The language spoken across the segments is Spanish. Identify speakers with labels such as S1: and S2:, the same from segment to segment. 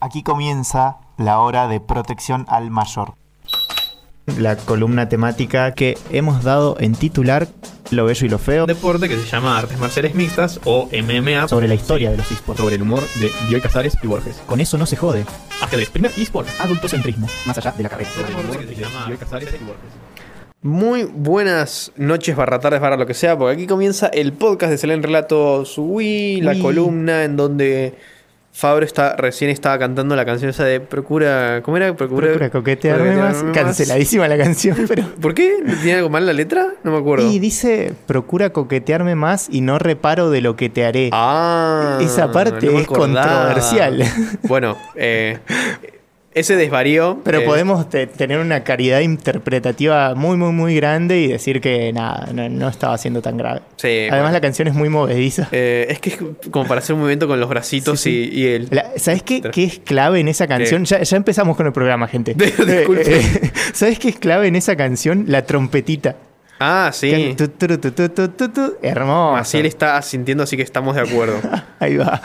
S1: Aquí comienza la hora de protección al mayor.
S2: La columna temática que hemos dado en titular Lo bello y lo feo
S3: deporte que se llama Artes Marciales Mixtas o MMA
S2: sobre la historia de los esports.
S3: sobre el humor de Joy Casares y Borges.
S2: Con eso no se jode.
S3: Ajedrez, primer eSport.
S2: Adultocentrismo, más allá de la carrera.
S3: Sobre el humor que se llama Joy Casares y Borges.
S4: Muy buenas noches, barra tardes, barra lo que sea, porque aquí comienza el podcast de Selen Relatos Wii, la
S2: Uy.
S4: columna en donde Fabro está, recién estaba cantando la canción esa de Procura. ¿Cómo era? Procura.
S2: Procura coquetearme
S4: coquetearme
S2: más.
S4: más.
S2: Canceladísima la canción, pero...
S4: ¿Por qué? ¿Tiene algo mal la letra? No me acuerdo.
S2: Y dice, procura coquetearme más y no reparo de lo que te haré.
S4: Ah,
S2: Esa parte
S4: no me
S2: es
S4: acordaba.
S2: controversial.
S4: Bueno, eh, ese desvarío.
S2: Pero
S4: eh,
S2: podemos te- tener una caridad interpretativa muy, muy, muy grande y decir que nada, no, no estaba siendo tan grave.
S4: sí,
S2: Además,
S4: bueno.
S2: la canción es muy movediza.
S4: Eh, es que es como para hacer un movimiento con los bracitos
S2: Sí,
S4: Y, y el.
S2: La- ¿Sabes qué, qué es clave en esa canción? Ya, ya empezamos con el programa, gente. Eh,
S4: Disculpe.
S2: ¿Sabes qué es clave en esa canción? La trompetita.
S4: Ah, sí.
S2: Que- tu, tu, tu, tu, tu, tu, tu. Hermoso.
S4: Así él está asintiendo, así que estamos de acuerdo.
S2: Ahí va.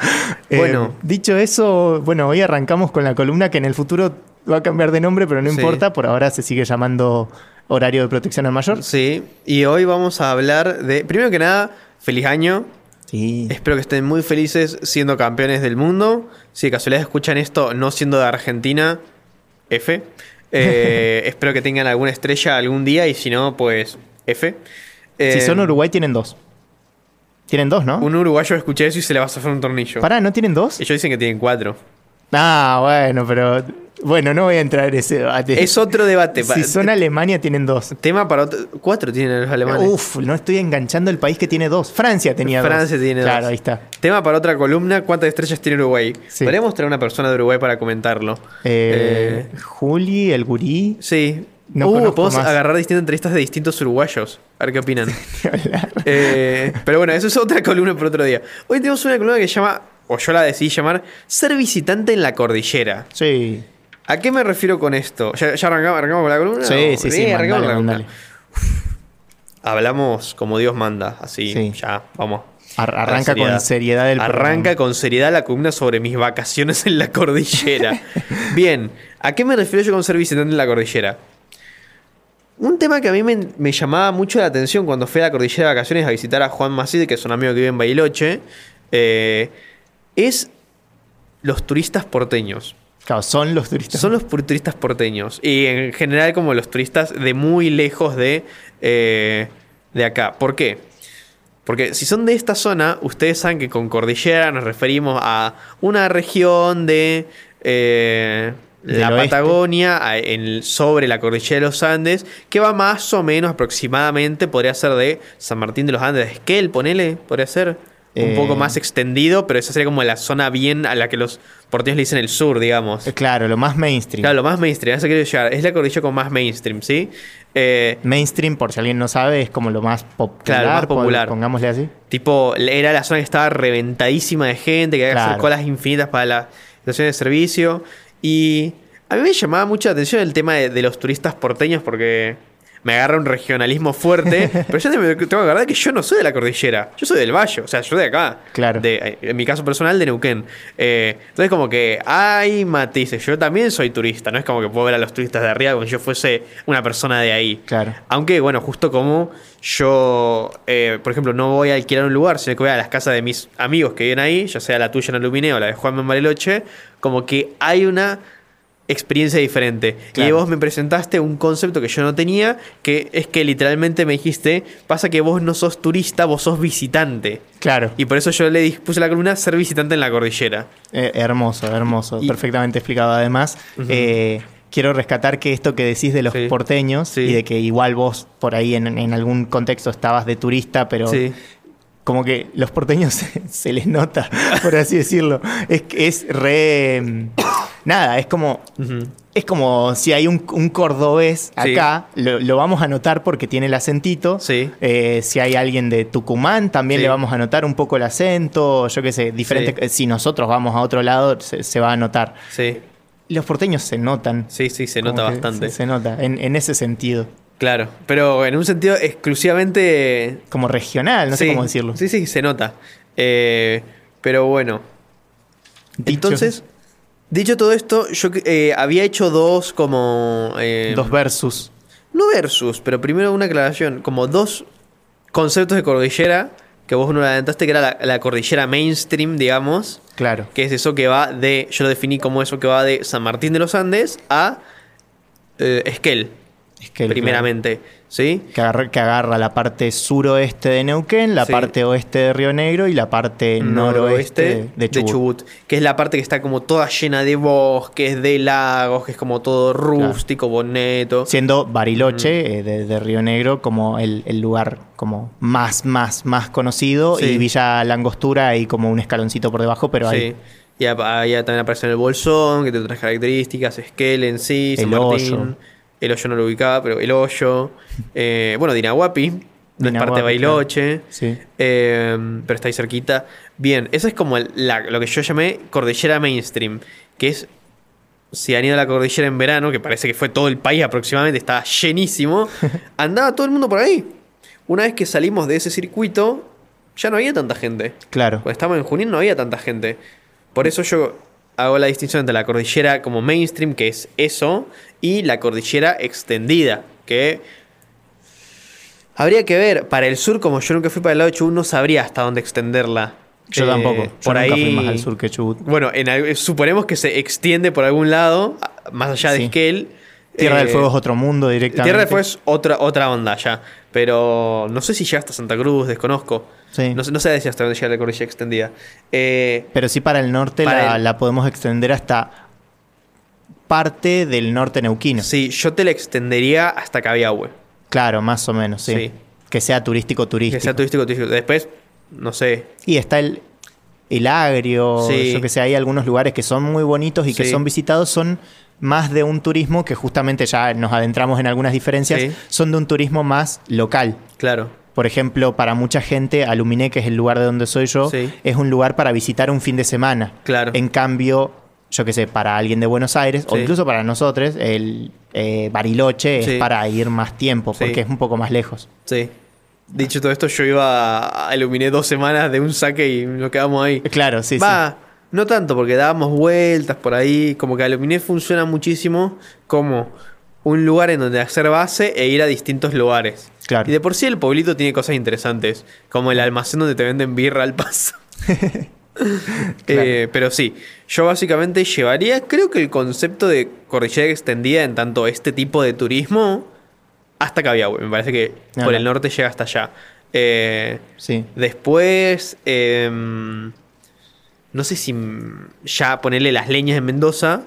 S4: Bueno.
S2: Eh, dicho eso, bueno, hoy arrancamos con la columna que en el futuro va a cambiar de nombre, pero no
S4: Sí.
S2: importa. Por ahora se sigue llamando Horario de Protección al Mayor.
S4: Sí, y hoy vamos a hablar de. Primero que nada, feliz año.
S2: Sí.
S4: Espero que estén muy felices siendo campeones del mundo. Si de casualidad escuchan esto no siendo de Argentina, F. Eh, espero que tengan alguna estrella algún día y si no, pues F. Eh,
S2: Si son Uruguay, tienen dos. Tienen dos, ¿no?
S4: Un uruguayo escuché eso y se le va a zafar un tornillo.
S2: Pará, ¿no tienen dos?
S4: Ellos dicen que tienen cuatro.
S2: Ah, bueno, pero. Bueno, no voy a entrar en ese debate.
S4: Es otro debate. pa-
S2: Si son Alemania, tienen dos.
S4: Tema para otro. Cuatro tienen los alemanes.
S2: Uf, no estoy enganchando el país que tiene dos. Francia tenía dos.
S4: Francia tiene dos.
S2: Claro, ahí está.
S4: Tema para otra columna, ¿cuántas estrellas tiene Uruguay?
S2: Sí.
S4: Podríamos traer una persona de Uruguay para comentarlo.
S2: Eh,
S4: Eh,
S2: Juli, el gurí.
S4: Sí.
S2: No
S4: Uh,
S2: conozco
S4: podemos
S2: más.
S4: agarrar distintas entrevistas de distintos uruguayos. A ver qué opinan. Eh, pero bueno, eso es otra columna por otro día. Hoy tenemos una columna que se llama, o yo la decidí llamar, Ser visitante en la cordillera.
S2: Sí.
S4: ¿A qué me refiero con esto? ¿Ya, ya arrancamos, arrancamos con la columna?
S2: Sí,
S4: ¿O-
S2: sí, sí,
S4: arrancamos
S2: mandale,
S4: con la
S2: mandale.
S4: columna. Hablamos como Dios manda, así,
S2: Sí.
S4: ya, vamos.
S2: Ar-
S4: A la
S2: arranca con seriedad el
S4: Arranca
S2: programa.
S4: con seriedad la columna sobre mis vacaciones en la cordillera. Bien, ¿a qué me refiero yo con ser visitante en la cordillera? Un tema que a mí me, me llamaba mucho la atención cuando fui a la cordillera de vacaciones a visitar a Juan Macid, que es un amigo que vive en Bailoche, eh, es los turistas porteños.
S2: Claro, son los turistas.
S4: Son los pur- turistas porteños. Y en general como los turistas de muy lejos de, eh, de acá. ¿Por qué? Porque si son de esta zona, ustedes saben que con cordillera nos referimos a una región de eh,
S2: Del
S4: la
S2: oeste.
S4: Patagonia, a- en- sobre la cordillera de los Andes, que va más o menos aproximadamente, podría ser de San Martín de los Andes, de Esquel, ponele, podría ser. Un
S2: Eh.
S4: poco más extendido, pero esa sería como la zona bien a la que los porteños le dicen el sur, digamos.
S2: Eh, Claro, lo más mainstream.
S4: Claro, lo más mainstream, a eso quiero llegar. Es la cordillera con más mainstream, ¿sí? Eh,
S2: Mainstream, por si alguien no sabe, es como lo más popular.
S4: Claro, lo más
S2: pon-
S4: popular.
S2: Pongámosle así.
S4: tipo, era la zona que estaba reventadísima de gente, que había que hacer
S2: Claro.
S4: colas infinitas para las estaciones de servicio. Y a mí me llamaba mucho la atención el tema de, de los turistas porteños porque me agarra un regionalismo fuerte. pero yo tengo tengo que acordar que yo no soy de la cordillera, yo soy del valle, o sea, yo de acá.
S2: Claro.
S4: De, eh, en mi caso personal, de Neuquén. Eh, entonces, como que hay matices. Yo también soy turista, no es como que puedo ver a los turistas de arriba como si yo fuese una persona de ahí.
S2: Claro.
S4: Aunque, bueno, justo como yo, eh, por ejemplo, no voy a alquilar un lugar, sino que voy a las casas de mis amigos que viven ahí, ya sea la tuya en Alumineo o la de Juan en Bariloche, como que hay una experiencia diferente. Y
S2: Claro.
S4: vos me presentaste un concepto que yo no tenía, que es que literalmente me dijiste, pasa que vos no sos turista, vos sos visitante.
S2: Claro.
S4: Y por eso yo le dis- puse la columna ser visitante en la cordillera.
S2: Eh, hermoso, hermoso.
S4: Y-
S2: Perfectamente explicado. Además, eh, quiero rescatar que esto que decís de los
S4: Sí.
S2: porteños
S4: Sí.
S2: y de que igual vos por ahí en, en algún contexto estabas de turista, pero
S4: Sí.
S2: como que los porteños se, se les nota, por así decirlo. Es, que es re... mm, Nada, es como...
S4: Ujú.
S2: Es como si hay un, un cordobés
S4: Sí.
S2: acá, lo, lo vamos a anotar porque tiene el acentito.
S4: Sí.
S2: Eh, si hay alguien de Tucumán, también
S4: Sí.
S2: le vamos a anotar un poco el acento, yo qué sé, diferente.
S4: Sí.
S2: eh, Si nosotros vamos a otro lado, se, se va a anotar.
S4: Sí,
S2: Los porteños se notan.
S4: sí, sí, se
S2: Como
S4: nota
S2: que
S4: bastante.
S2: Se, se nota, en, en ese sentido.
S4: Claro, pero en un sentido exclusivamente
S2: Como regional, no sé
S4: Sí,
S2: cómo decirlo.
S4: Sí, sí, se nota. Eh, pero bueno.
S2: Dicho-
S4: Entonces, Dicho todo esto, yo eh, había hecho dos como... eh,
S2: Dos versus.
S4: No versus, pero primero una aclaración. Como dos conceptos de cordillera que vos no la adelantaste, que era la, la cordillera mainstream, digamos,
S2: Claro.
S4: que es eso que va de, yo lo definí como eso que va de San Martín de los Andes a eh, Esquel,
S2: Es que el-
S4: primeramente, ¿sí?
S2: Que agarra, que agarra la parte suroeste de Neuquén, la
S4: Sí.
S2: parte oeste de Río Negro y la parte noroeste, de Chubut.
S4: que es la parte que está como toda llena de bosques, de lagos, que es como todo rústico, bonito.
S2: Siendo Bariloche eh, de, de Río Negro como el, el lugar como más, más, más conocido
S4: Sí.
S2: y Villa Langostura ahí como un escaloncito por debajo, pero
S4: Sí.
S2: ahí
S4: Y ap- allá también aparece en el bolsón, que tiene otras características, Esquel en sí, San
S2: El
S4: Martín.
S2: hoyo.
S4: El hoyo no lo ubicaba, pero el hoyo. Eh, bueno, Dinahuapi, no es
S2: Dinahuapi,
S4: parte de Bailoche.
S2: sí.
S4: eh, pero está ahí cerquita. Bien, eso es como el- la- lo que yo llamé cordillera mainstream, que es. Si han ido a la cordillera en verano, que parece que fue todo el país aproximadamente, estaba llenísimo, andaba todo el mundo por ahí. Una vez que salimos de ese circuito, ya no había tanta gente.
S2: claro.
S4: Cuando estábamos en Junín no había tanta gente. Por eso yo hago la distinción entre la cordillera como mainstream, que es eso, y la cordillera extendida, que habría que ver. Para el sur, como yo nunca fui para el lado de Chubut, no sabría hasta dónde extenderla.
S2: Yo
S4: Eh,
S2: tampoco. Yo
S4: por
S2: nunca fui
S4: ahí,
S2: más al sur que Chubut.
S4: Bueno, en al- eh, suponemos que se extiende por algún lado, a- más allá de
S2: Sí.
S4: Esquel.
S2: Tierra del
S4: eh,
S2: Fuego es otro mundo directamente.
S4: Tierra del Fuego es otra, otra onda ya. Pero no sé si llega hasta Santa Cruz, desconozco.
S2: Sí.
S4: No, sé- no sé si hasta dónde llega la cordillera extendida. Eh,
S2: Pero sí para el norte
S4: Para
S2: la,
S4: el-
S2: la podemos extender hasta parte del norte neuquino.
S4: sí, yo te la extendería hasta Cabiahue.
S2: Claro, más o menos, sí.
S4: Sí.
S2: Que sea turístico turístico.
S4: Que sea turístico, turístico. Después, no sé.
S2: Y está el, el agrio,
S4: Sí.
S2: yo que sé, hay algunos lugares que son muy bonitos y que
S4: Sí.
S2: son visitados, son más de un turismo que justamente ya nos adentramos en algunas diferencias,
S4: Sí.
S2: son de un turismo más local.
S4: Claro.
S2: Por ejemplo, para mucha gente, Aluminé, que es el lugar de donde soy yo,
S4: Sí.
S2: es un lugar para visitar un fin de semana.
S4: Claro.
S2: En cambio, yo que sé, para alguien de Buenos Aires, o
S4: Sí.
S2: incluso para nosotros, el eh, Bariloche
S4: Sí.
S2: es para ir más tiempo,
S4: Sí.
S2: porque es un poco más lejos.
S4: Sí. Dicho todo esto, yo iba a iluminé dos semanas de un saque y nos quedamos ahí.
S2: Claro, sí, sí.
S4: Va, no tanto, porque dábamos vueltas por ahí. Como que Aluminé funciona muchísimo como un lugar en donde hacer base e ir a distintos lugares.
S2: Claro.
S4: Y de por sí el pueblito tiene cosas interesantes, como el almacén donde te venden birra al paso. Eh, pero sí, yo básicamente llevaría, creo que el concepto de cordillera extendida en tanto este tipo de turismo hasta Cabiahue. Me parece que
S2: Ajá.
S4: por el norte llega hasta allá. Eh,
S2: Sí.
S4: Después, em, no sé si mm, ya ponerle las leñas en Mendoza.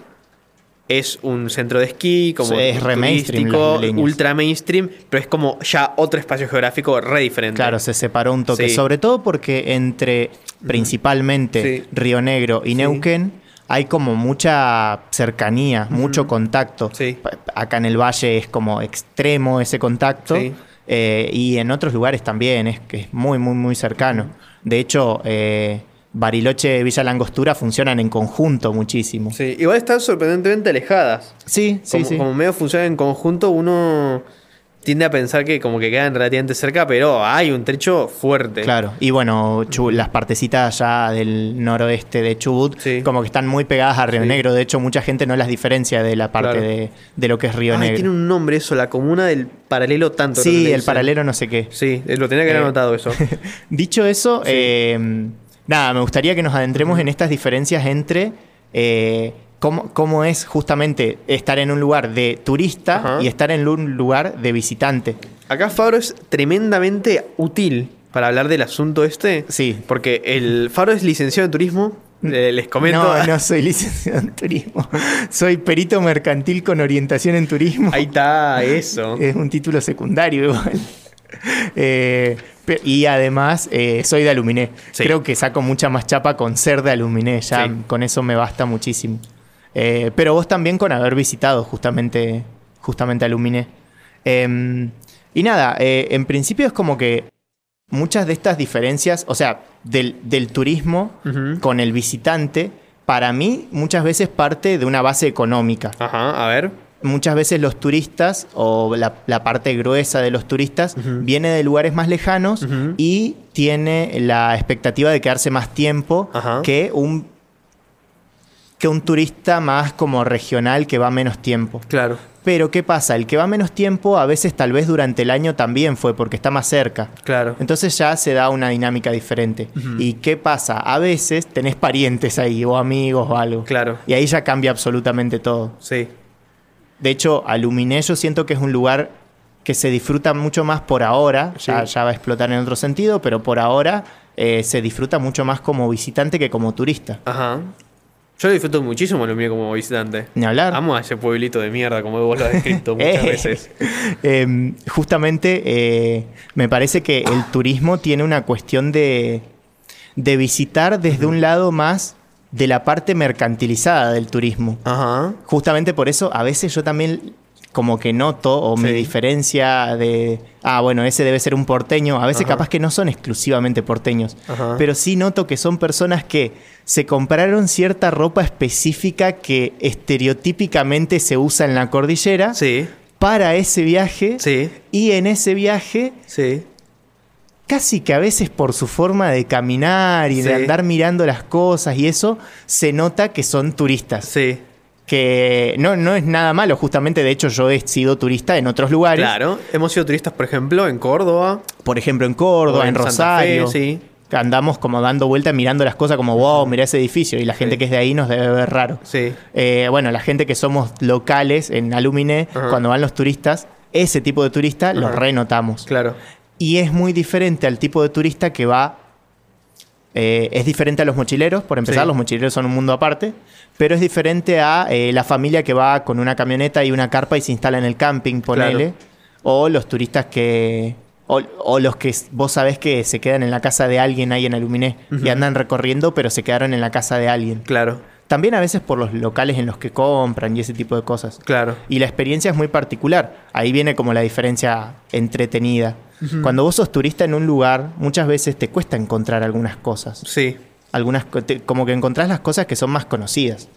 S4: Es un centro de esquí, como
S2: Sí, es re mainstream
S4: turístico,
S2: Las Leñas.
S4: ultra mainstream, pero es como ya otro espacio geográfico re diferente.
S2: Claro, se separó un toque.
S4: Sí.
S2: Sobre todo porque entre principalmente
S4: Sí.
S2: Río Negro y
S4: Sí.
S2: Neuquén hay como mucha cercanía, mucho contacto.
S4: Sí.
S2: Pa- Acá en el valle es como extremo ese contacto.
S4: Sí.
S2: eh, y en otros lugares también, es que es muy, muy, muy cercano. De hecho, eh, Bariloche y Villa Langostura funcionan en conjunto muchísimo. Sí,
S4: Sí, igual están sorprendentemente alejadas.
S2: sí,
S4: como,
S2: sí.
S4: como medio funcionan en conjunto, uno tiende a pensar que como que quedan relativamente cerca, pero hay un trecho fuerte.
S2: Claro, y bueno, Chu- las partecitas ya del noroeste de Chubut,
S4: Sí.
S2: como que están muy pegadas a Río
S4: Sí.
S2: Negro. De hecho, mucha gente no las diferencia de la parte
S4: Claro.
S2: de, de lo que es Río
S4: Ay,
S2: Negro.
S4: tiene un nombre eso, la comuna del paralelo tanto. creo que
S2: Sí,
S4: le
S2: el
S4: dicen.
S2: paralelo no sé qué.
S4: Sí, eh, lo tenía que haber
S2: Eh.
S4: anotado eso.
S2: Dicho eso, eh, nada, me gustaría que nos adentremos en estas diferencias entre eh, cómo, cómo es justamente estar en un lugar de turista
S4: Ajá.
S2: y estar en un lugar de visitante.
S4: Acá Fabro es tremendamente útil para hablar del asunto este.
S2: Sí.
S4: Porque el Fabro es licenciado en turismo. eh, les comento.
S2: Mm. No, no soy licenciado en turismo. Soy perito mercantil con orientación en turismo.
S4: Ahí está eso.
S2: Es un título secundario igual. Eh, pe- y además eh, soy de Aluminé.
S4: Sí.
S2: Creo que saco mucha más chapa con ser de Aluminé. Ya
S4: Sí.
S2: con eso me basta muchísimo. Eh, pero vos también con haber visitado justamente, justamente Aluminé. Em, y nada, eh, en principio es como que muchas de estas diferencias, o sea, del, del turismo
S4: Ujú.
S2: con el visitante, para mí muchas veces parte de una base económica
S4: Ajá, a ver.
S2: muchas veces los turistas o la, la parte gruesa de los turistas
S4: Ujú.
S2: viene de lugares más lejanos
S4: Ujú.
S2: y tiene la expectativa de quedarse más tiempo
S4: Ajá.
S2: que un que un turista más como regional que va menos tiempo.
S4: Claro.
S2: Pero ¿qué pasa? El que va menos tiempo a veces tal vez durante el año también fue porque está más cerca.
S4: Claro.
S2: Entonces ya se da una dinámica diferente. ¿Y qué pasa? A veces tenés parientes ahí o amigos o algo.
S4: Claro.
S2: Y ahí ya cambia absolutamente todo.
S4: Sí.
S2: De hecho, Aluminé yo siento que es un lugar que se disfruta mucho más por ahora. Ya,
S4: Sí.
S2: ya va a explotar en otro sentido, pero por ahora eh, se disfruta mucho más como visitante que como turista.
S4: Ajá. Yo lo disfruto muchísimo lo mío como visitante.
S2: Ni hablar.
S4: Amo a ese pueblito de mierda, como vos lo has descrito muchas
S2: Eh.
S4: veces.
S2: Eh, justamente eh, me parece que el turismo tiene una cuestión de, de visitar desde un lado más de la parte mercantilizada del turismo.
S4: Ajá.
S2: Justamente por eso a veces yo también como que noto o me
S4: Sí.
S2: diferencia de, ah, bueno, ese debe ser un porteño. A veces
S4: Ajá.
S2: capaz que no son exclusivamente porteños,
S4: Ajá.
S2: pero sí noto que son personas que se compraron cierta ropa específica que estereotípicamente se usa en la cordillera
S4: Sí.
S2: para ese viaje
S4: Sí.
S2: y en ese viaje
S4: Sí.
S2: casi que a veces por su forma de caminar y
S4: Sí.
S2: de andar mirando las cosas y eso se nota que son turistas
S4: Sí.
S2: que no, no es nada malo, justamente de hecho yo he sido turista en otros lugares,
S4: Claro. Hemos sido turistas, por ejemplo, en Córdoba.
S2: por ejemplo en Córdoba,
S4: O en
S2: en,
S4: Santa
S2: Rosario,
S4: Fe, sí.
S2: andamos como dando vueltas mirando las cosas como, wow, mirá ese edificio y la gente
S4: Sí.
S2: que es de ahí nos debe ver raro.
S4: Sí.
S2: Eh, bueno, la gente que somos locales en Alumine,
S4: Ajá.
S2: cuando van los turistas, ese tipo de turista los
S4: Ajá.
S2: renotamos.
S4: Claro.
S2: Y es muy diferente al tipo de turista que va. eh, es diferente a los mochileros, por empezar,
S4: Sí.
S2: los mochileros son un mundo aparte, pero es diferente a eh, la familia que va con una camioneta y una carpa y se instala en el camping, ponele, o los turistas que... O, o los que s- vos sabés que se quedan en la casa de alguien ahí en Aluminé y andan recorriendo, pero se quedaron en la casa de alguien.
S4: Claro.
S2: También a veces por los locales en los que compran y ese tipo de cosas.
S4: Claro.
S2: Y la experiencia es muy particular. Ahí viene como la diferencia entretenida. Cuando vos sos turista en un lugar, muchas veces te cuesta encontrar algunas cosas.
S4: Sí.
S2: Algunas, co- te- como que encontrás las cosas que son más conocidas.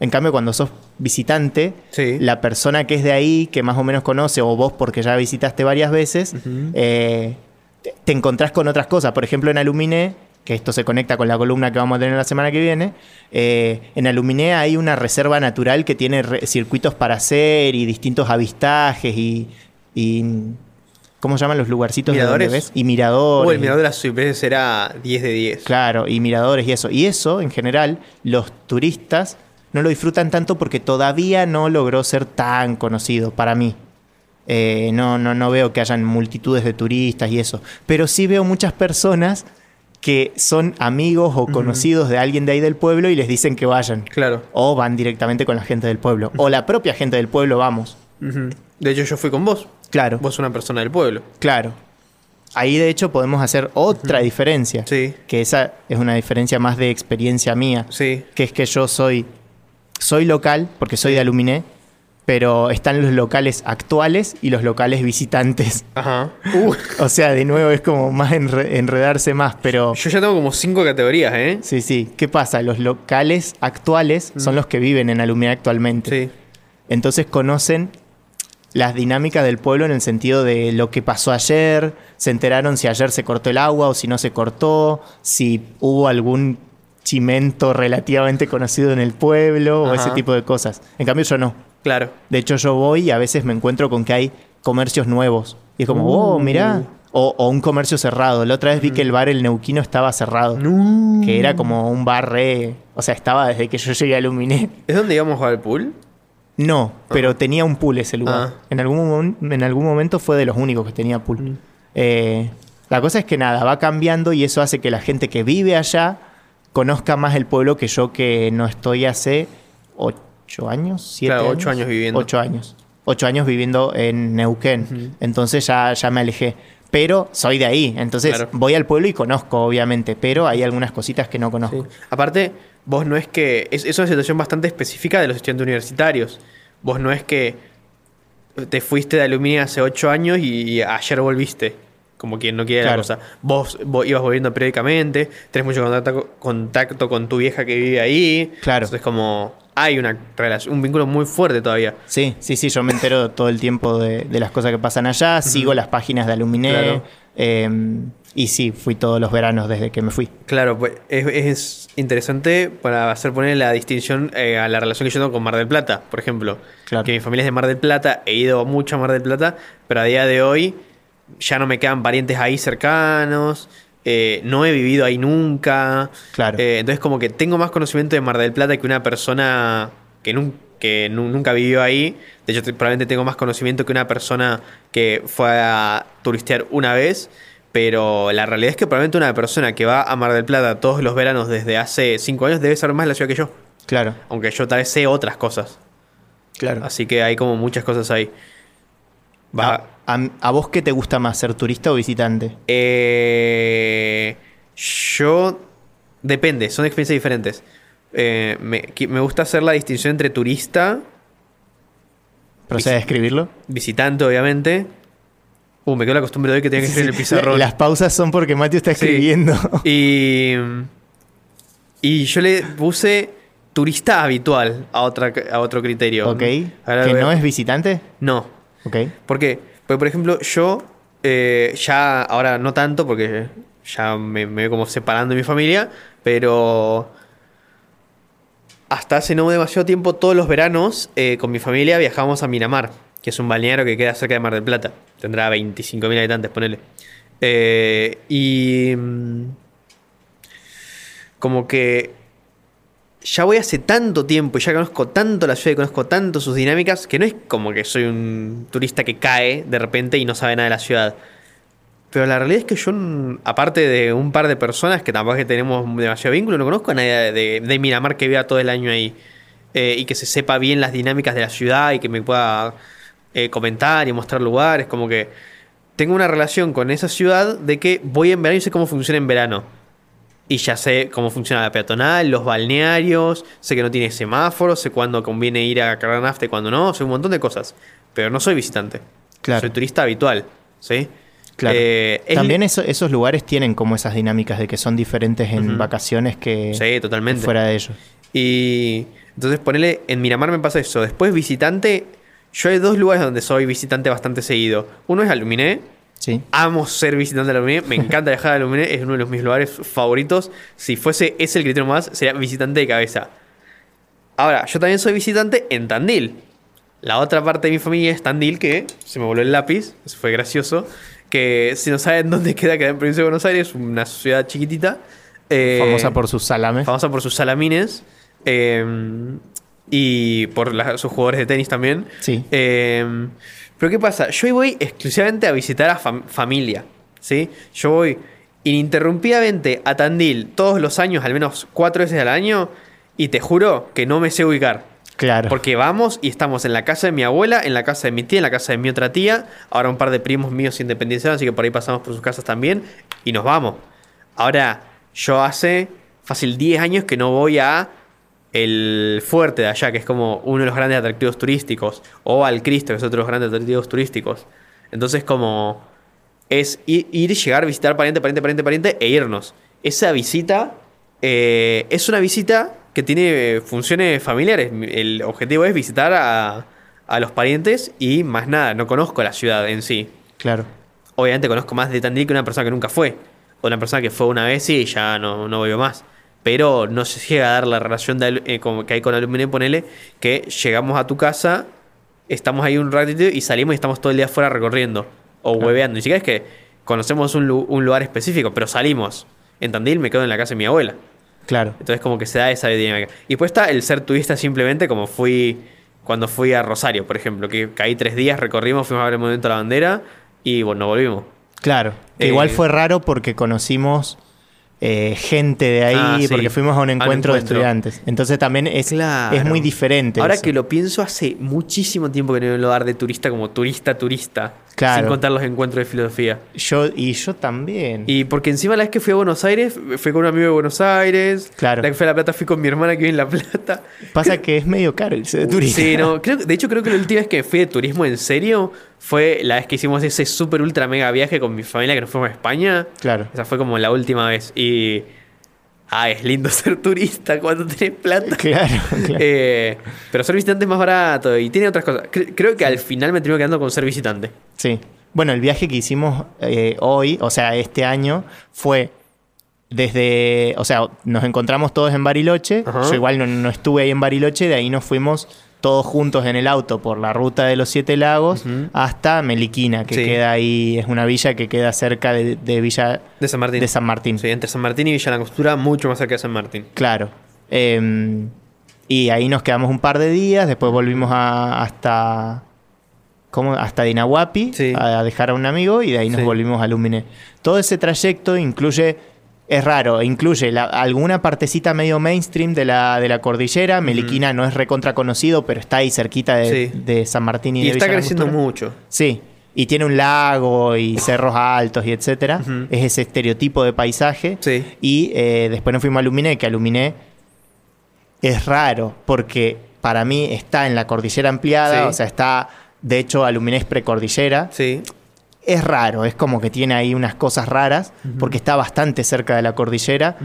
S2: En cambio, cuando sos visitante,
S4: Sí.
S2: la persona que es de ahí, que más o menos conoce, o vos porque ya visitaste varias veces, eh, te, te encontrás con otras cosas. Por ejemplo, en Alumine, que esto se conecta con la columna que vamos a tener la semana que viene, eh, en Alumine hay una reserva natural que tiene re- circuitos para hacer y distintos avistajes y... y- ¿Cómo se llaman los lugarcitos de donde
S4: Miradores.
S2: ves? Y miradores.
S4: O el mirador de las sorpresas era 10 de 10.
S2: Claro, y miradores y eso. Y eso, en general, los turistas no lo disfrutan tanto porque todavía no logró ser tan conocido para mí. Eh, no, no, no veo que hayan multitudes de turistas y eso. Pero sí veo muchas personas que son amigos o conocidos de alguien de ahí del pueblo y les dicen que vayan.
S4: Claro.
S2: O van directamente con la gente del pueblo. O la propia gente del pueblo, vamos.
S4: Ujú. De hecho, yo fui con vos.
S2: Claro,
S4: Vos sos una persona del pueblo.
S2: claro. Ahí de hecho podemos hacer otra diferencia.
S4: Sí.
S2: Que esa es una diferencia más de experiencia mía
S4: Sí.
S2: que es que yo soy, soy local, porque soy de Aluminé, pero están los locales actuales y los locales visitantes.
S4: Ajá. Uh,
S2: O sea, de nuevo es como más enre- enredarse más, pero
S4: yo ya tengo como cinco categorías, ¿eh?
S2: sí, sí. ¿Qué pasa? Los locales actuales son los que viven en Aluminé actualmente.
S4: Mm. Sí.
S2: Entonces conocen las dinámicas del pueblo en el sentido de lo que pasó ayer, se enteraron si ayer se cortó el agua o si no se cortó, si hubo algún chimento relativamente conocido en el pueblo o
S4: Ajá.
S2: ese tipo de cosas. En cambio yo no.
S4: Claro.
S2: De hecho yo voy y a veces me encuentro con que hay comercios nuevos. Y es como, oh, mirá. O, o un comercio cerrado. La otra vez vi que el bar El Neuquino estaba cerrado. Que era como un bar re... O sea, estaba desde que yo llegué a Luminé.
S4: ¿Es donde íbamos a jugar al pool?
S2: No, pero tenía un pool ese lugar.
S4: Ah.
S2: En, algún, mom- en algún momento fue de los únicos que tenía pool.
S4: Mm.
S2: Eh, la cosa es que nada, va cambiando y eso hace que la gente que vive allá conozca más el pueblo que yo que no estoy hace ocho años, siete
S4: Claro,
S2: años.
S4: ocho años viviendo.
S2: Ocho años. Ocho años viviendo en Neuquén. Entonces ya, ya me alejé. Pero soy de ahí, entonces
S4: Claro.
S2: voy al pueblo y conozco, obviamente, pero hay algunas cositas que no
S4: Sí.
S2: conozco.
S4: Aparte, vos no es que. Es, es una situación bastante específica de los estudiantes universitarios. Vos no es que te fuiste de aluminio hace 8 años y, y ayer volviste. como quien no quiere
S2: Claro.
S4: la cosa. Vos, vos ibas volviendo periódicamente, tenés mucho contacto, contacto con tu vieja que vive ahí.
S2: Claro.
S4: Entonces, como hay una relación, un vínculo muy fuerte todavía.
S2: Sí, sí, sí, yo me entero todo el tiempo de, de las cosas que pasan allá, sigo las páginas de Aluminé.
S4: Claro.
S2: eh, y sí, fui todos los veranos desde que me fui.
S4: Claro, pues es, es interesante para hacer poner la distinción eh, a la relación que yo tengo con Mar del Plata, por ejemplo.
S2: Claro.
S4: Que mi familia es de Mar del Plata, he ido mucho a Mar del Plata, pero a día de hoy ya no me quedan parientes ahí cercanos, eh, no he vivido ahí nunca.
S2: Claro.
S4: Eh, entonces como que tengo más conocimiento de Mar del Plata que una persona que, nun- que nu- nunca vivió ahí. De hecho, te- probablemente tengo más conocimiento que una persona que fue a turistear una vez. Pero la realidad es que probablemente una persona que va a Mar del Plata todos los veranos desde hace cinco años debe saber más la ciudad que yo.
S2: Claro,
S4: Aunque yo tal vez sé otras cosas.
S2: claro.
S4: Así que hay como muchas cosas ahí. Va.
S2: A, a- ¿a vos qué te gusta más, ser turista o visitante?
S4: Eh, yo. Depende, son experiencias diferentes. Eh, me, qui- me gusta hacer la distinción entre turista,
S2: ¿Procede a escribirlo?
S4: visitante, obviamente. Uh, me quedó la costumbre de hoy que tenía que escribir en el pizarrón.
S2: Las pausas son porque Mateo está
S4: Sí.
S2: escribiendo.
S4: Y. Y yo le puse turista habitual a, otra, a otro criterio.
S2: ok.
S4: Ahora
S2: ¿Que
S4: voy a-
S2: no es visitante?
S4: No,
S2: Ok.
S4: ¿Por qué? Porque, por ejemplo, yo eh, ya, ahora no tanto, porque ya me, me veo como separando de mi familia, pero hasta hace no demasiado tiempo, todos los veranos, eh, con mi familia viajábamos a Miramar, que es un balneario que queda cerca de Mar del Plata. Tendrá 25.000 habitantes, ponele. Eh, y... mm, Como que ya voy hace tanto tiempo y ya conozco tanto la ciudad y conozco tanto sus dinámicas que no es como que soy un turista que cae de repente y no sabe nada de la ciudad. Pero la realidad es que yo, mm, aparte de un par de personas que tampoco es que tenemos demasiado vínculo, no conozco a nadie de, de- de Miramar que viva todo el año ahí eh, y que se sepa bien las dinámicas de la ciudad y que me pueda eh, comentar y mostrar lugares. Como que tengo una relación con esa ciudad de que voy en verano y sé cómo funciona en verano. Y ya sé cómo funciona la peatonal, los balnearios, sé que no tiene semáforos, sé cuándo conviene ir a cargar nafta y cuándo no, sé un montón de cosas. Pero no soy visitante.
S2: Claro.
S4: Soy turista habitual, ¿sí?
S2: Claro.
S4: Eh, es-
S2: También eso- esos lugares tienen como esas dinámicas de que son diferentes en
S4: Ujú.
S2: vacaciones que
S4: Sí,
S2: que
S4: totalmente.
S2: fuera de ellos.
S4: Y entonces ponele, en Miramar me pasa eso. Después visitante, yo hay dos lugares donde soy visitante bastante seguido. Uno es Aluminé.
S2: Sí.
S4: Amo ser visitante de Aluminé, me encanta viajar a Aluminé, es uno de los mis lugares favoritos. Si fuese ese el criterio más, sería visitante de cabeza. Ahora, yo también soy visitante en Tandil. La otra parte de mi familia es Tandil, que se me voló el lápiz, eso fue gracioso. Que si no saben dónde queda, queda en Provincia de Buenos Aires, una ciudad chiquitita. eh,
S2: Famosa por sus salames.
S4: famosa por sus salamines eh, y por la- sus jugadores de tenis también.
S2: Sí.
S4: Eh, pero ¿qué pasa? Yo voy exclusivamente a visitar a fam- familia, ¿sí? Yo voy ininterrumpidamente a Tandil todos los años, al menos cuatro veces al año, y te juro que no me sé ubicar.
S2: Claro.
S4: Porque vamos y estamos en la casa de mi abuela, en la casa de mi tía, en la casa de mi otra tía. Ahora un par de primos míos se independizaron, así que por ahí pasamos por sus casas también. Y nos vamos. Ahora, yo hace fácil 10 años que no voy a el fuerte de allá, que es como uno de los grandes atractivos turísticos. O al Cristo, que es otro de los grandes atractivos turísticos. Entonces, como es i- ir, llegar, visitar pariente, pariente, pariente, pariente e irnos. Esa visita eh, es una visita que tiene eh, funciones familiares. Mi- El objetivo es visitar a, a los parientes y más nada, no conozco la ciudad en sí.
S2: Claro.
S4: Obviamente conozco más de Tandil que una persona que nunca fue. O una persona que fue una vez y ya no, no volvió más. Pero no se llega a dar la relación de alu- eh, como que hay con Aluminé, ponele, que llegamos a tu casa, estamos ahí un ratito y salimos y estamos todo el día afuera recorriendo. O hueveando. Ni siquiera es que conocemos un, lu- un lugar específico, pero salimos. En Tandil me quedo en la casa de mi abuela.
S2: Claro.
S4: Entonces como que se da esa dinámica. Y después está el ser turista simplemente como fui cuando fui a Rosario, por ejemplo, que caí tres días, recorrimos, fuimos a ver el Monumento a la Bandera y bueno, volvimos.
S2: Claro. Que
S4: Eh,
S2: igual fue raro porque conocimos eh, gente de ahí,
S4: Ah, sí.
S2: porque fuimos a un
S4: A un
S2: encuentro, de
S4: encuentro.
S2: estudiantes. Entonces también es, es muy diferente.
S4: Ahora
S2: eso.
S4: que lo pienso, hace muchísimo tiempo que no iba a un lugar de turista como turista, turista.
S2: Claro.
S4: Sin contar los encuentros de filosofía.
S2: Yo, y yo también.
S4: Y porque encima la vez que fui a Buenos Aires, fui con un amigo de Buenos Aires.
S2: Claro.
S4: La que fui a La Plata fui con mi hermana que vive en La Plata.
S2: Pasa que es medio caro el de turismo.
S4: Sí, no, creo, que- de hecho creo que la última vez que fui de turismo en serio fue la vez que hicimos ese super ultra mega viaje con mi familia que nos fuimos a España.
S2: Claro.
S4: Esa fue como la última vez. Y... Ah, es lindo ser turista cuando tenés plata.
S2: Claro, claro.
S4: Eh, pero ser visitante es más barato y tiene otras cosas. Cre- creo que al final me termino quedando con ser visitante.
S2: Sí. Bueno, el viaje que hicimos eh, hoy, o sea, este año, fue desde. O sea, nos encontramos todos en Bariloche.
S4: Ajá.
S2: Yo igual no, no estuve ahí en Bariloche, de ahí nos fuimos todos juntos en el auto por la ruta de los Siete Lagos
S4: Ujú.
S2: hasta Meliquina, que
S4: Sí.
S2: queda ahí, es una villa que queda cerca de, de Villa
S4: De San Martín.
S2: de San Martín.
S4: Sí, entre San Martín y Villa La Costura, mucho más cerca de San Martín.
S2: Claro. Em, y ahí nos quedamos un par de días, después volvimos a- hasta. ¿Cómo? Hasta Dinahuapi
S4: Sí.
S2: a, a dejar a un amigo y de ahí nos
S4: Sí.
S2: volvimos a Lumine. Todo ese trayecto incluye. Es raro, incluye la- alguna partecita medio mainstream de la, de la cordillera. Meliquina no es recontra conocido, pero está ahí cerquita de,
S4: Sí.
S2: de San Martín y,
S4: Y,
S2: de
S4: está
S2: Villa
S4: creciendo
S2: Langostura.
S4: mucho.
S2: Sí, y tiene un lago y cerros altos y etcétera.
S4: Ujú.
S2: Es ese estereotipo de paisaje.
S4: Sí.
S2: Y eh, después nos fuimos a Luminé, que a Luminé es raro, porque para mí está en la cordillera ampliada,
S4: Sí.
S2: o sea, está, de hecho, a Luminé es precordillera.
S4: Sí.
S2: Es raro, es como que tiene ahí unas cosas raras, porque está bastante cerca de la cordillera.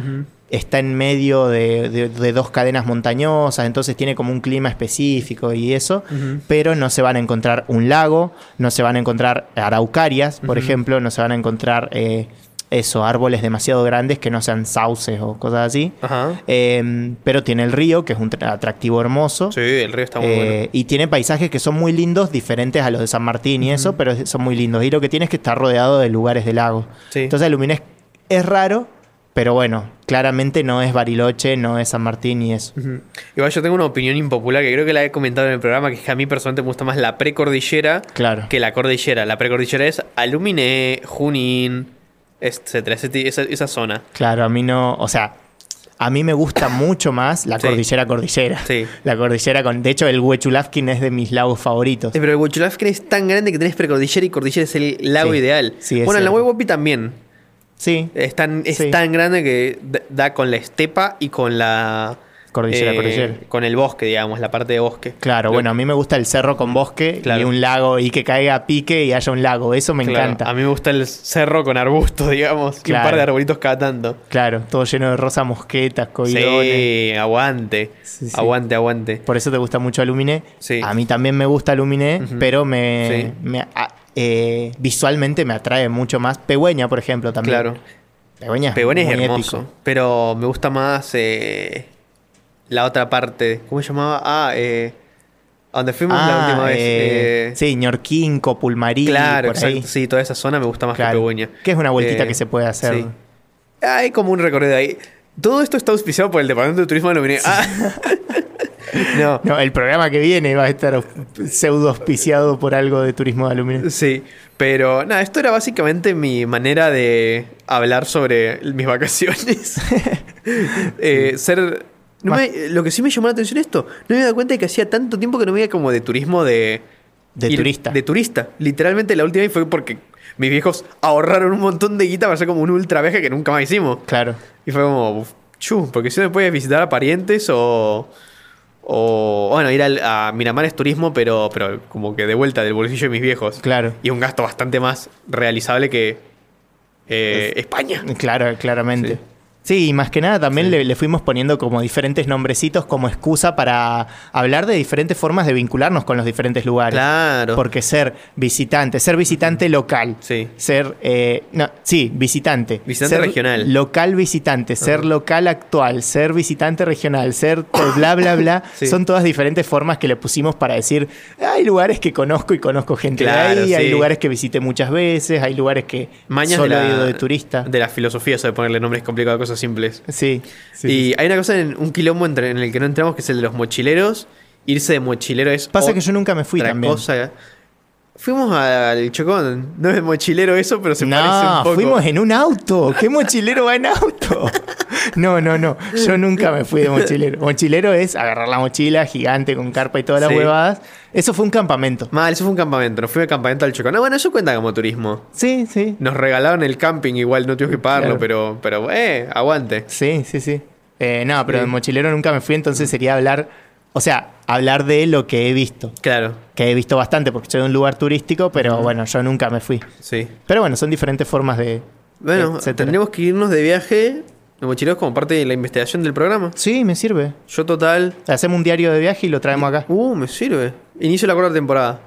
S2: Está en medio de, de- de dos cadenas montañosas, entonces tiene como un clima específico y eso pero no se van a encontrar un lago, no se van a encontrar araucarias, por
S4: Ujú.
S2: ejemplo, no se van a encontrar eh, eso, árboles demasiado grandes que no sean sauces o cosas así.
S4: Ajá.
S2: Eh, pero tiene el río, que es un tra- atractivo hermoso.
S4: Sí, el río está muy
S2: Eh, Y tiene paisajes que son muy lindos, diferentes a los de San Martín y eso, pero es- son muy lindos. Y lo que tiene es que está rodeado de lugares de lagos.
S4: bueno. Sí.
S2: Entonces, Lumines es raro, pero bueno, claramente no es Bariloche, no es San Martín y eso.
S4: Ujú. Igual yo tengo una opinión impopular que creo que la he comentado en el programa, que es que a mí personalmente me gusta más la precordillera
S2: Claro.
S4: que la cordillera. La precordillera es Aluminé, Junín, etcétera, ese ti- esa, esa zona.
S2: Claro, a mí no, o sea, a mí me gusta mucho más la
S4: Sí.
S2: cordillera cordillera.
S4: Sí.
S2: La cordillera con, de hecho, el Huechulafkin es de mis lagos favoritos.
S4: Sí, Eh, pero el Huachulafken es tan grande que tenés precordillera y cordillera es el lago
S2: Sí,
S4: ideal.
S2: sí, es
S4: bueno, en la
S2: cierto.
S4: Huevopi también.
S2: Sí,
S4: Es tan, es
S2: Sí.
S4: tan grande que da- da con la estepa y con la.
S2: Cordillera,
S4: eh,
S2: cordillera.
S4: Con el bosque, digamos, la parte de bosque.
S2: claro,
S4: Lo-
S2: bueno, a mí me gusta el cerro con bosque y
S4: eh, Claro.
S2: un lago y que caiga a pique y haya un lago, eso me
S4: claro,
S2: encanta.
S4: A mí me gusta el cerro con arbustos, digamos. y un
S2: Claro.
S4: par de arbolitos cada tanto.
S2: Claro, todo lleno de rosas mosquetas, coidones.
S4: Sí, aguante.
S2: Sí, sí.
S4: Aguante, aguante.
S2: Por eso te gusta mucho Aluminé.
S4: Sí.
S2: A mí también me gusta Aluminé,
S4: Ujú.
S2: pero me,
S4: Sí.
S2: me- a- eh, visualmente me atrae mucho más. Pegüeña, por ejemplo, también.
S4: Claro.
S2: Pegüeña es,
S4: Pegón es
S2: muy
S4: hermoso.
S2: épico.
S4: Pero me gusta más eh, la otra parte. ¿Cómo se llamaba? Ah, eh, a donde fuimos la
S2: Ah,
S4: última vez.
S2: eh,
S4: eh,
S2: sí, Ñorquinco, Pulmarí,
S4: Claro,
S2: por ahí.
S4: exacto. Sí, toda esa zona me gusta más
S2: Claro,
S4: que Pehueña.
S2: que es una vueltita que se puede hacer.
S4: Hay como un recorrido ahí. Todo esto está auspiciado por el Departamento de Turismo de Luminé. Ah. no.
S2: No, el programa que viene va a estar aus- pseudo auspiciado por algo de turismo de aluminio.
S4: Sí, pero nada, esto era básicamente mi manera de hablar sobre mis vacaciones. Eh, ser. no me- lo que sí me llamó la atención esto, no me había dado cuenta de que hacía tanto tiempo que no me iba como de turismo de.
S2: De
S4: ir-
S2: turista.
S4: De turista. Literalmente la última vez fue porque mis viejos ahorraron un montón de guita para hacer como un ultra viaje que nunca más hicimos.
S2: Claro.
S4: Y fue como, uf, chu, porque si no puedes visitar a parientes o. O, bueno, ir al- a Miramar es turismo, pero, pero como que de vuelta del bolsillo de mis viejos.
S2: Claro.
S4: Y un gasto bastante más realizable que eh, España.
S2: Claro, claramente.
S4: Sí.
S2: Sí. y más que nada también le, le fuimos poniendo como diferentes nombrecitos como excusa para hablar de diferentes formas de vincularnos con los diferentes lugares.
S4: Claro.
S2: Porque ser visitante, ser visitante local,
S4: Sí.
S2: ser, eh, no, sí, visitante.
S4: Visitante
S2: ser
S4: regional.
S2: Local visitante, ser local actual, ser visitante regional, ser to- bla, bla, bla.
S4: Sí.
S2: Son todas diferentes formas que le pusimos para decir, hay lugares que conozco y conozco gente
S4: Claro,
S2: de ahí, hay
S4: sí.
S2: lugares que visité muchas veces, hay lugares que
S4: Mañas
S2: solo
S4: de la,
S2: he ido de turista.
S4: De la filosofía, eso de ponerle nombres complicados a cosas simples.
S2: Sí. sí,
S4: y
S2: sí.
S4: hay una cosa en un quilombo entre- en el que no entramos, que es el de los mochileros. Irse de mochilero es
S2: pasa
S4: otra
S2: que yo nunca me fui también.
S4: cosa. Fuimos al Chocón. No es mochilero eso, pero se parece un
S2: no,
S4: poco.
S2: fuimos en un auto. ¿Qué mochilero va en auto? No, no, no. Yo nunca me fui de mochilero. Mochilero es agarrar la mochila gigante con carpa y todas las
S4: Sí.
S2: huevadas. Eso fue un campamento.
S4: Mal, eso fue un campamento. Nos fuimos de campamento al Chocón. Ah, bueno, eso cuenta como turismo.
S2: Sí, sí.
S4: Nos regalaron el camping, igual no tuvimos que pagarlo, pero, pero, eh, aguante.
S2: Sí, sí, sí. Eh, no, pero
S4: Sí.
S2: de mochilero nunca me fui, entonces sería hablar, o sea, hablar de lo que he visto.
S4: Claro,
S2: Que he visto bastante porque soy de un lugar turístico, pero bueno, yo nunca me fui.
S4: sí.
S2: Pero bueno, son diferentes formas de...
S4: Bueno,
S2: etcétera.
S4: tendremos que irnos de viaje de mochileros como parte de la investigación del programa.
S2: Sí, me sirve.
S4: Yo total.
S2: Hacemos un diario de viaje y lo traemos acá.
S4: Uh, me sirve. Inicio la cuarta temporada.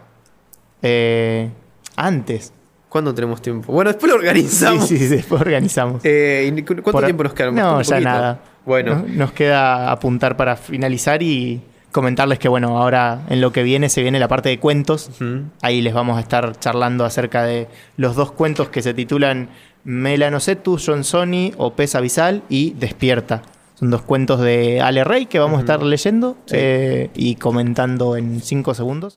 S2: Eh, antes.
S4: ¿Cuándo tenemos tiempo? Bueno, después lo
S2: Sí,
S4: organizamos.
S2: sí, sí, después organizamos.
S4: Eh, ¿y cu- ¿Cuánto
S2: Por-
S4: tiempo nos queda? Nos queda
S2: No,
S4: un
S2: ya
S4: poquito.
S2: nada.
S4: Bueno,
S2: Nos, nos queda apuntar para finalizar y comentarles que, bueno, ahora en lo que viene se viene la parte de cuentos.
S4: Ujú.
S2: Ahí les vamos a estar charlando acerca de los dos cuentos que se titulan Melanocetus, John Sony o Pesa Abisal y Despierta. Son dos cuentos de Ale Rey que vamos a estar leyendo eh, y comentando en cinco segundos.